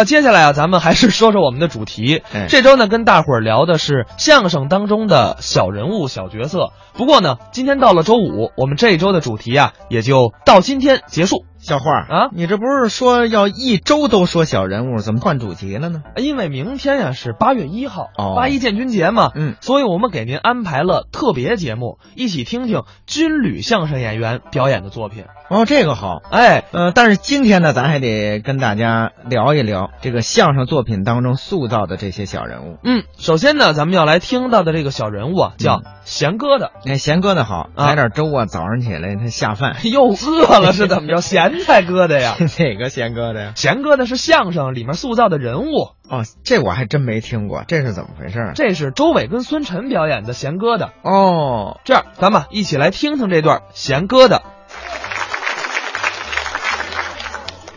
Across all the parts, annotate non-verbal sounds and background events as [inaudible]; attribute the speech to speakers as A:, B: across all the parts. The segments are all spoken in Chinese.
A: 那接下来啊，咱们还是说说我们的主题。
B: 哎
A: 这周呢，跟大伙儿聊的是相声当中的小人物、小角色。不过呢，今天到了周五，我们这一周的主题啊，也就到今天结束。
B: 小花儿
A: 啊
B: 你这不是说要一周都说小人物，怎么换主题了呢？
A: 因为明天呀、是八月一号，
B: 哦
A: 八一建军节嘛，
B: 嗯，
A: 所以我们给您安排了特别节目，一起听听军旅相声演员表演的作品。
B: 哦，这个好。
A: 哎，
B: 呃，但是今天呢，咱还得跟大家聊一聊这个相声作品当中塑造的这些小人物。
A: 嗯，首先呢，咱们要来听到的这个小人物啊，叫
B: 嗯
A: 贤哥的。 [laughs]
B: 哎，贤哥的好，
A: 啊
B: 来点粥啊，早上起来他下饭。 [laughs]
A: 又饿了是怎么着？咸菜疙瘩呀？
B: 哪个贤哥的呀？
A: 贤哥的是相声里面塑造的人物，
B: 哦，这我还真没听过，这是怎么回事儿？啊
A: 这是周伟跟孙晨表演的贤哥的。
B: 哦，
A: 这样，咱们一起来听听这段贤哥的。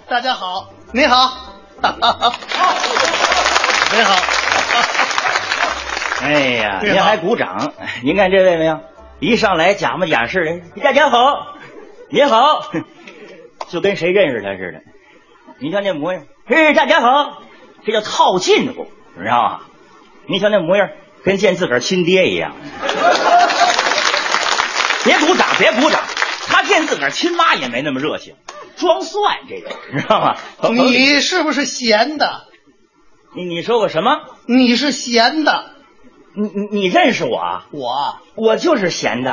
C: 大家好， [laughs] 你好，你好，
D: 哎呀，
C: 对啊
D: 您
C: 吧
D: 还鼓掌？哎您看这位没有？一上来假模假式的，大家好，您好， [laughs] 就跟谁认识他似的。您瞧那模样，嘿，大家好，这叫套近乎，你知道吗？您瞧那模样，跟见自个儿亲爹一样。 [laughs] 别鼓掌，别鼓掌，他见自个儿亲妈也没那么热情，装蒜这个，你知道吗？
C: 你是不是闲的？
D: 你你说我什么？
C: 你是闲的，
D: 你你你认识我啊？
C: 我啊
D: 我就是闲的。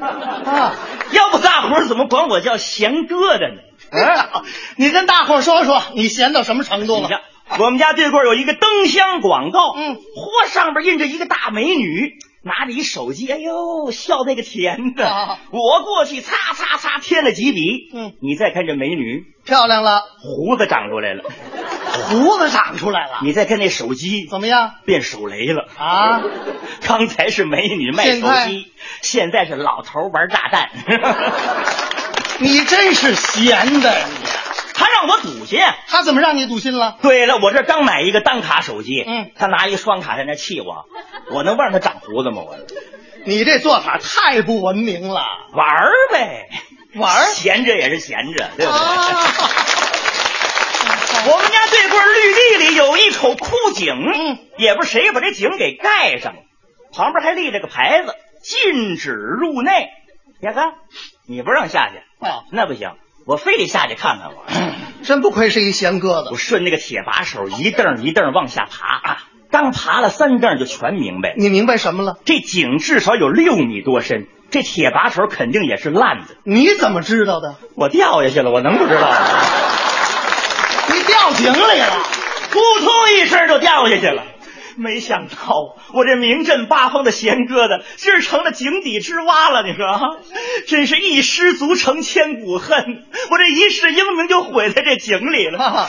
D: [laughs]
C: 啊，
D: 要不大伙儿怎么管我叫贤哥的呢？
C: 你跟大伙儿说说，你闲到什么程度
D: 哎你
C: 了？
D: 看，我们家对过有一个灯箱广告，
C: 嗯
D: 嚯，上边印着一个大美女，拿着一手机，哎呦，笑那个甜的。
C: 啊
D: 我过去擦擦擦，添了几笔，
C: 嗯，
D: 你再看这美女，
C: 漂亮了，
D: 胡子长出来
C: [laughs]
D: 了，
C: 胡子长出来了，
D: 你再看那手机，
C: 怎么样
D: 变手雷了？
C: 啊？
D: 刚才是美女卖
C: 现
D: 手
C: 在
D: 机，现在是老头玩炸弹。 [laughs]
C: 你真是闲的呀！你
D: 他让我赌去。啊
C: 他怎么让你堵心了？
D: 对了，我这刚买一个单卡手机，
C: 嗯
D: 他拿一双卡在那气我，我能不让他长胡子吗？我
C: 你这做法太不文明了
D: 玩儿呗，
C: 玩儿哦
D: 闲着也是闲着，对不对？
C: 啊！
D: 我们家对过绿地里有一口枯井，
C: 嗯，
D: 也不是谁把这井给盖上了，旁边还立着个牌子，禁止入内。亚哥，你不让下去，
C: [laughs] 啊
D: 那不行，我非得下去看看我。
C: 真不愧是一闲哥子
D: 我，顺那个铁把手一蹬一蹬往下爬啊，刚爬了三蹬就全明白了。
C: 你明白什么了？
D: 这井至少有六米多深，这铁把手肯定也是烂的。
C: 你怎么知道的？
D: 我掉下去了，我能不知道吗？
C: 你掉井里了。
D: 扑通一声就掉下去了。没想到我这名震八方的贤哥的，今儿成了井底之蛙了。你说啊，真是一失足成千古恨。我这一世英名就毁在这井里了。
C: 啊，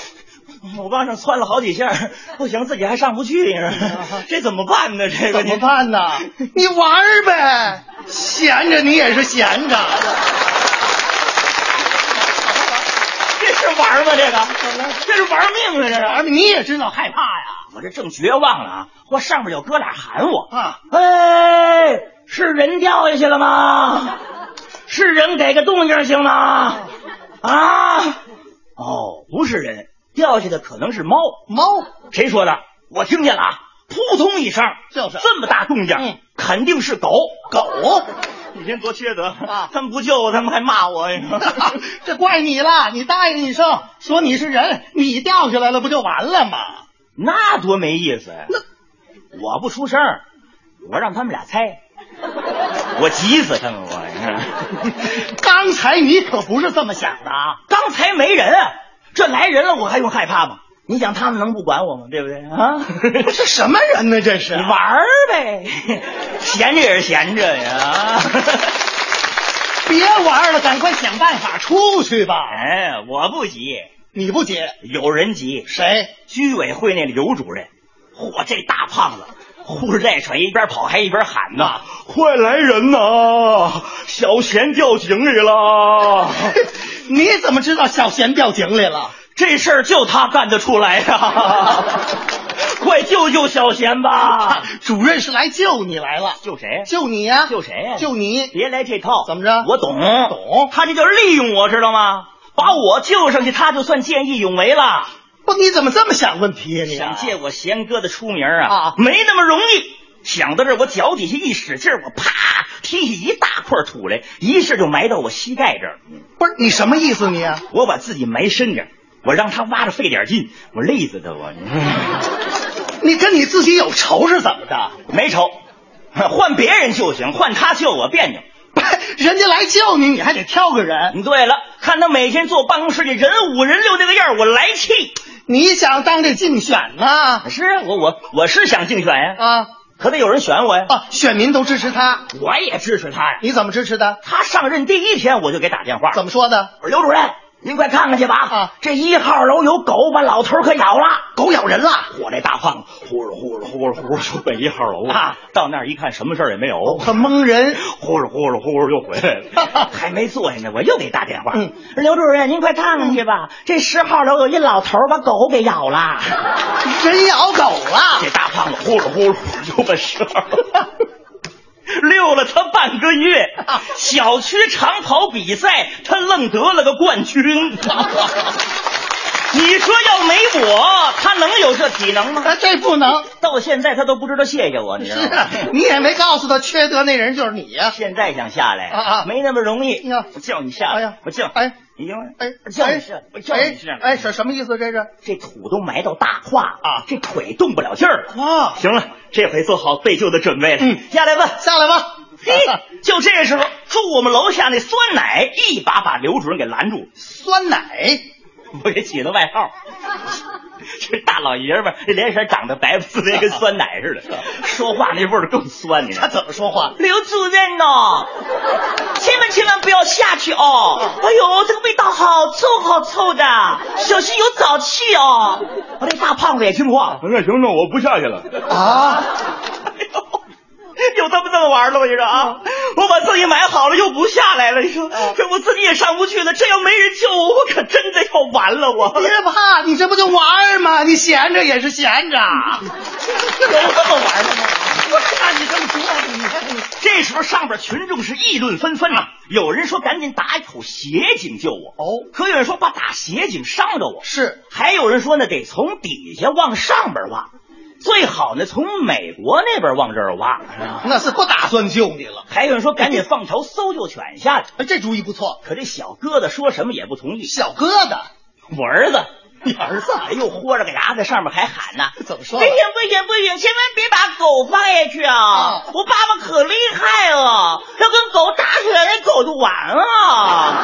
D: 我往上窜了好几下，不行，自己还上不去。你
C: [laughs]
D: 说这怎么办呢？这个
C: 怎
D: 你
C: 么办呢？你玩儿呗，闲着你也是闲着。
D: 这是玩吗？这个这是玩命啊！这是
C: 玩儿你也知道害怕呀？
D: 我这正绝望了啊！我上面有哥俩喊我
C: 啊！
D: 哎，是人掉下去了吗？是人给个动静行吗？啊！哦，不是人，掉下去的可能是猫。
C: [laughs] 猫，
D: 谁说的？我听见了啊！扑通一声，
C: 就是
D: 这么大动静，
C: 嗯
D: 肯定是狗。
C: 狗，
D: 你这多缺德
C: 啊
D: 他们不救我，他们还骂我。你 [laughs] 说
C: 这怪你了。你答应一声，说你是人，你掉下来了不就完了吗？ [laughs]
D: 那多没意思呀！我不出声儿，我让他们俩
C: [laughs]
D: 猜，我急死他们我！
C: 刚才你可不是这么想的啊！
D: 刚才没人，啊这来人了，我还用害怕吗？你想他们能不管我吗？对不对啊？
C: [laughs] 不是什么人呢？这是
D: 你玩儿呗，闲着也是闲着呀。
C: 别玩了，赶快想办法出去吧！
D: [laughs] 哎，我不急，
C: 你不解
D: 有人急，
C: 谁？ [laughs]
D: 居委会那刘主任，嚯，这大胖子呼哧带喘，一边跑还一边喊呐：“快来人呐！小贤掉井里了！
C: 你怎么知道小贤掉井里了？
D: [laughs] 这事儿就他干得出来呀、 [laughs] 快救救小贤 [laughs] 吧！
C: 啊主任是来救你来了，
D: 救谁啊
C: 救你呀、
D: 救谁呀
C: 救你！
D: 别来这套！
C: 怎么着
D: 我懂，
C: 懂
D: 他这就是利用我，知道吗？把我救上去，他就算见义勇为了。
C: 不，你怎么这么想问题呀、你啊
D: 想借我贤哥的出名啊，
C: 啊
D: 没那么容易。想到这儿，我脚底下一使劲儿，我啪踢起一大块土来，一下就埋到我膝盖这儿。
C: 不是你什么意思你、啊？
D: 我把自己埋深着，我让他挖着费点劲，我累死他我。
C: 你跟你自己有仇是怎么的？
D: 没仇，换别人就行，换他救我别扭。
C: 不是人家来救你，你还得挑个人。
D: 嗯，对了，看他每天坐办公室里人五人六那个样儿，我来气。
C: 你想当这竞选呢？
D: 是啊，我我我是想竞选呀、
C: 啊
D: 可得有人选我呀。
C: 啊！选民都支持他，
D: 我也支持他呀。
C: 你怎么支持的？
D: 他上任第一天我就给打电话，
C: 怎么说的？
D: 我说刘主任，您快看看去吧，
C: 啊
D: 这一号楼有狗把老头儿可咬了。
C: 狗咬人了，
D: 我这大胖子呼噜呼噜呼噜呼噜就奔一号楼啊，到那儿一看什么事儿也没有，
C: 很蒙人。
D: 呼噜呼噜呼噜又回来了，还没坐下呢，我又给打电话。
C: 嗯
D: 刘主任，您快看看去吧，这十号楼有一老头儿把狗给咬
C: [laughs]
D: 了。
C: 人咬狗啊
D: 这
C: 了，
D: 大胖子呼噜呼噜就奔十号楼。溜了他半个月，小区长跑比赛他愣得了个冠军。 [laughs] 你说要没我，他能有这体能吗？
C: 啊这不能。
D: 到现在他都不知道谢谢我，你知
C: 是
D: 道吗
C: 啊？，你也没告诉他，缺德那人就是你呀、
D: 现在想下来
C: 啊啊
D: 没那么容易。
C: 呀
D: 我叫你下
C: 哎
D: 来
C: 呀，
D: 我叫，
C: 哎，
D: 你听吗？
C: 哎，
D: 我叫
C: 哎
D: 你下来，我叫你下来。
C: 哎，哎，什什么意思？这是
D: 这土都埋到大胯
C: 啊
D: 这腿动不了劲儿了。
C: 啊，
D: 行了，这回做好被救的准备了。
C: 嗯
D: 下来吧。
C: 下来吧。
D: 嘿，就这时候，住我们楼下那酸奶一把把刘主任给拦住，
C: 酸奶，
D: 我给起了外号。这大老爷们儿，这脸色长得白不呲的，跟酸奶似的，说话那味儿更酸。你知道吗
C: 他怎么说话？
D: 刘主任哦，千万千万不要下去哦！哎呦，这个味道好臭好臭的，小心有沼气哦！我这大胖子也听话，
E: 那行，那我不下去了。
C: 啊，
D: [laughs] 哎呦有他们这么玩的吗？你说啊，
E: 嗯
D: 我把自己买好了又不下来了，你说这我自己也上不去了，这要没人救我，我可真的要完了我。
C: 别怕，你这不就玩儿吗？你闲着也是闲着。
D: 有这么玩的吗？我看你这么折腾，你看你。这时候上边群众是议论纷纷呐、有人说赶紧打一口血井救我，
C: 哦，
D: 可有人说怕打血井伤着我，
C: 是
D: 还有人说呢得从底下往上边挖，最好呢从美国那边往这儿挖。
C: 那是不打算救你了。
D: 还有人说赶紧放条搜救犬下去，
C: 哎这主意不错，
D: 可这小疙瘩说什么也不同意。
C: 小疙瘩
D: 我儿子，你儿子，哎呦，豁着个牙在上面还喊呢，
C: 怎么说
D: 不行不行不行，千万别把狗放下去啊！
C: 啊
D: 我爸爸可厉害了，要跟狗打起来，那狗就完了。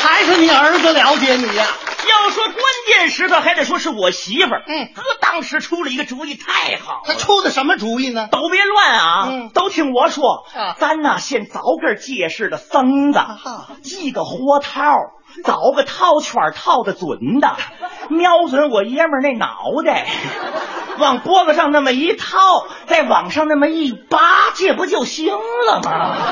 C: 还是你儿子了解你呀、
D: 要说关键时刻，还得说是我媳妇儿。
C: 嗯
D: 哥当时出了一个主意，太好
C: 他
D: 了。
C: 出的什么主意呢？
D: 都别乱啊！
C: 嗯
D: 都听我说，
C: 啊
D: 咱呐先凿个结实的绳子
C: 啊，
D: 系个活套，凿个套圈儿套的准的，瞄准我爷们儿那脑
C: [laughs]
D: 袋，往脖子上那么一套，再往上那么一扒，这不就行了
C: [laughs]
D: 吗？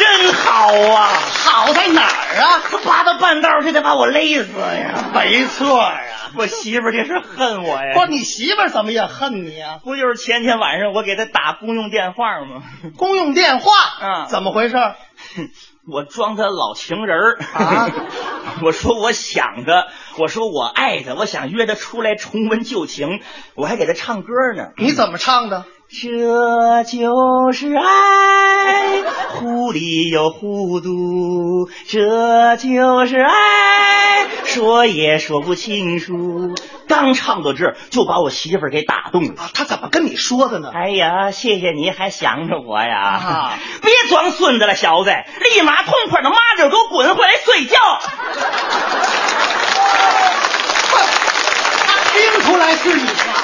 D: 真好啊！
C: 好在哪儿啊？
D: 他扒到半道儿，这得把我勒死呀！
C: 没错啊，
D: 我媳妇儿这是恨我呀！
C: 不，你媳妇儿怎么也恨你啊？
D: 不就是前天晚上我给他打公用电话吗？ [laughs]
C: 公用电话，
D: 嗯
C: 怎么回事？
D: 我装他老情人儿
C: 啊！
D: [laughs] 我说我想他，我说我爱他，我想约他出来重温旧情，我还给他唱歌呢。
C: 你怎么唱的？
D: 这就是爱，糊里又糊涂，这就是爱，说也说不清楚。刚唱到这儿，就把我媳妇儿给打动了。
C: 啊，他怎么跟你说的
D: [laughs]
C: 呢？
D: 哎呀，谢谢你还想着我呀！
C: 啊
D: [laughs] 别装孙子了，小子，立马痛快的麻溜给我滚回来睡觉。
C: 他听出来是你了。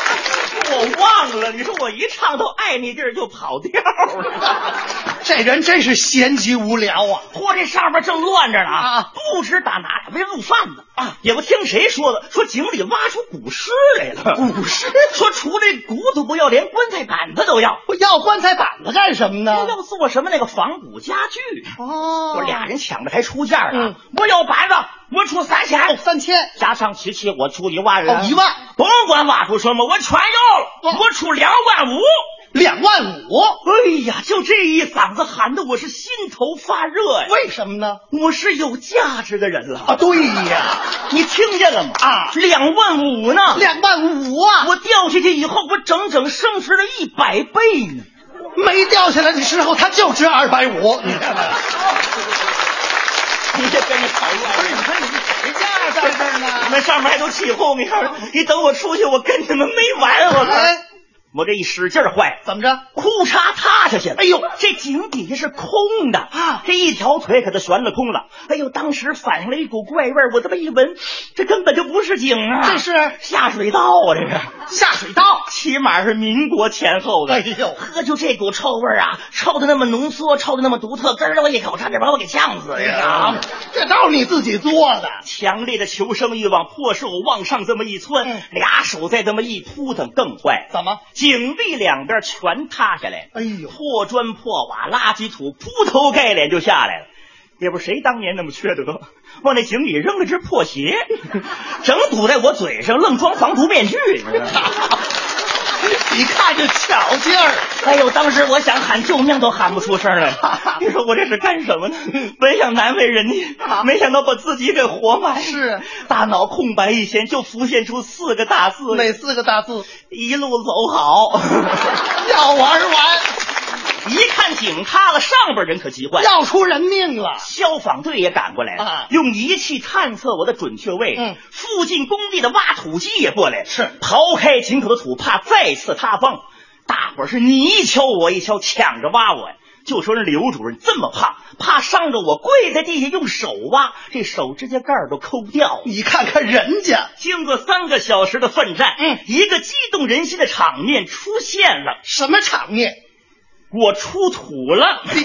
D: 我忘了，你说我一唱到爱那地儿就跑调了。 [laughs]
C: 这人真是闲极无聊啊！
D: 嚯，这上边正乱着呢
C: 啊
D: 不知打哪来路贩子啊，也不听谁说的，说井里挖出古尸来了。
C: [laughs] 古
D: [laughs]
C: 尸啊
D: 说除了骨头不要，连棺材板子都要。
C: 我要棺材板子干什
D: [laughs]
C: 么呢？
D: 要做什么那个仿古家具？
C: 哦，嗯
D: 我俩人抢着还出价呢。我要板子，我出三千。
C: 哦三千，
D: 加上琪琪，我出一万了，
C: 哦一万，
D: 甭管挖出什么，我全要了，
C: 哦
D: 我出两万五。
C: 两万五。
D: 哎呀，就这一嗓子喊的，我是心头发热呀！
C: 为什么呢？
D: 我是有价值的人了
C: 啊，对呀，
D: 你听见了吗？
C: 啊
D: 两万五呢！
C: [laughs] 两万五啊！
D: 我掉下去以后，我整整升值了一百倍呢！
C: 没掉下来的时候，它就值二百五， [laughs] 你看看。
D: 你这跟着讨论，不是你说你
C: 谁家在这儿
D: 你
C: 呢？
D: 们上面还都起后面儿，你等我出去，我跟你们没完！我
C: 哎
D: 看，我这一使劲儿坏，
C: 怎么着？
D: 裤衩塌下去了。
C: 哎呦
D: 这井底下是空的
C: 啊
D: 这一条腿可就悬了空了。哎呦，当时反上来一股怪味儿，我这么一闻，这根本就不是井啊，
C: 这是
D: 下水道啊，这是。
C: 下水道。
D: 起码是民国前后的，
C: [laughs] 哎呦
D: 喝就这股臭味儿啊，臭的那么浓缩，臭的那么独特，滋儿的我一口差点把我给呛死
C: 哎
D: 呀
C: 呀！，这都是你自己做的。
D: 强烈的求生欲望迫使我往上这么一窜，
C: 嗯
D: 俩手再这么一扑腾，更坏。
C: 怎么？
D: 井壁两边全塌下来，
C: 哎呦
D: 破砖破瓦、垃圾土，铺头盖脸就下来了。也不知谁当年那么缺德， [laughs] 往那井里扔了只破鞋，整堵在我嘴上，愣装防毒面具。 [laughs] 你知道吗
C: 你看这巧劲儿，
D: 哎呦，当时我想喊救命都喊不出声来。你说我这是干什么呢？本想难为人家，没想到把自己给活埋。
C: 是，
D: 大脑空白一闲，就浮现出四个大字：
C: 哪四个大字？
D: 一路走好。
C: [laughs]
D: [laughs]
C: 要玩完，
D: 一看井塌了，上边人可急坏。
C: 要出人命了。
D: 消防队也赶过来了，
C: 啊
D: 用仪器探测我的准确位置。
C: 嗯
D: 附近工地的挖土机也过来了，
C: 是
D: 刨开井口的土，怕再次塌方。大伙儿是你一敲我一敲，抢着挖我呀。就说人刘主任这么胖，怕伤着我，跪在地下用手挖，这手指甲盖儿都抠掉了。
C: 你看看人家，
D: 经过三个小时的奋战，
C: 嗯
D: 一个激动人心的场面出现了，
C: 什么场面？ [laughs]
D: 我出土了。
C: 你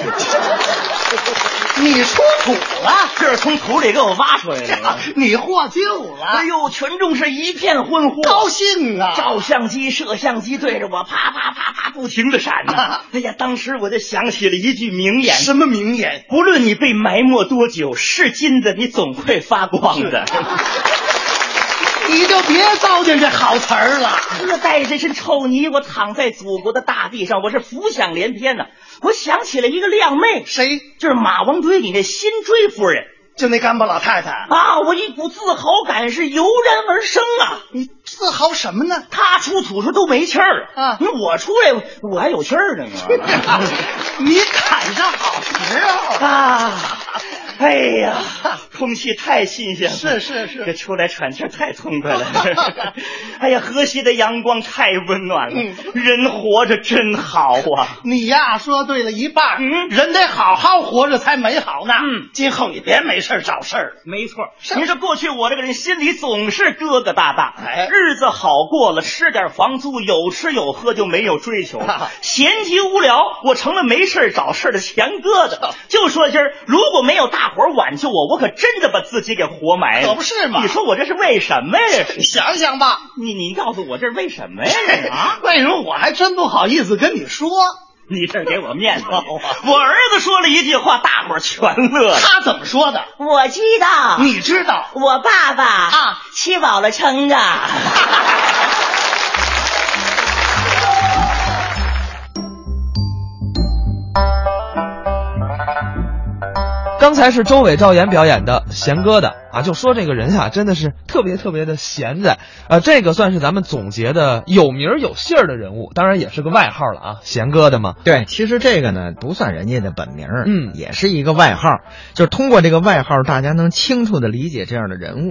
C: 出土 [laughs] 了，
D: 这是从土里给我挖出来的。啊
C: 你获救了
D: 哎，呦，群众是一片欢呼，
C: 高兴啊！
D: 照相机、摄像机对着我啪啪啪啪不停的闪呐、
C: 啊
D: 哎呀，当时我就想起了一句名言：
C: 什么名言？
D: 不论你被埋没多久，是金子你总会发光的。
C: 你就别糟践这好词儿了。
D: 这带着这身臭泥，我躺在祖国的大地上，我是浮想联翩呐、我想起了一个靓妹，
C: 谁？
D: 就是马王堆里那新追夫人
C: 就那干巴老太太，
D: 啊，我一股自豪感是油然而生啊。
C: 你自豪什
D: [laughs]
C: 么呢？
D: 他出土时候都没气儿
C: 啊
D: 那我出来我还有气儿呢。
C: [laughs] 你赶上好时候。
D: 啊，哎呀，空气太新鲜了，
C: 是是
D: 这
C: 是，
D: 出来喘气儿太痛
C: [laughs]
D: 快了。哎呀，河西的阳光太温暖了，
C: 嗯
D: 人活着真好啊！
C: 你呀说对了一半。
D: 嗯
C: 人得好好活着才美好呢。
D: 嗯
C: 今后你别没事儿找事儿了。
D: 没错，您说过去我这个人心里总是疙疙瘩瘩，
C: 哎，
D: 日子好过了，吃点房租，有吃有喝就没有追求了闲极无聊，我成了没事儿找事儿的闲疙瘩。就说今儿如果没有大伙儿挽救我，我可真的把自己给活埋了，
C: 可不是嘛
D: 哎你说我这是为什么呀？这是
C: 你想想吧，
D: 你你告诉我这是为什么呀？这是啊，
C: 为什么我还真不好意思跟你说？
D: 你这给我面子，
C: 啊
D: 我儿子说了一句话，大伙儿全乐了。嗯
C: 他怎么说的？
D: 我知道
C: 你知道？
D: 我爸爸
C: 啊，
D: 吃饱了撑的。
A: 刚才是周伟、赵岩表演的《闲疙瘩》啊，就说这个人啊，真的是特别特别的闲在。呃，这个算是咱们总结的有名儿有姓儿的人物，当然也是个外号了啊，闲疙瘩嘛。
B: 对，其实这个呢不算人家的本名，
A: 嗯
B: 也是一个外号，就是通过这个外号，大家能清楚的理解这样的人物。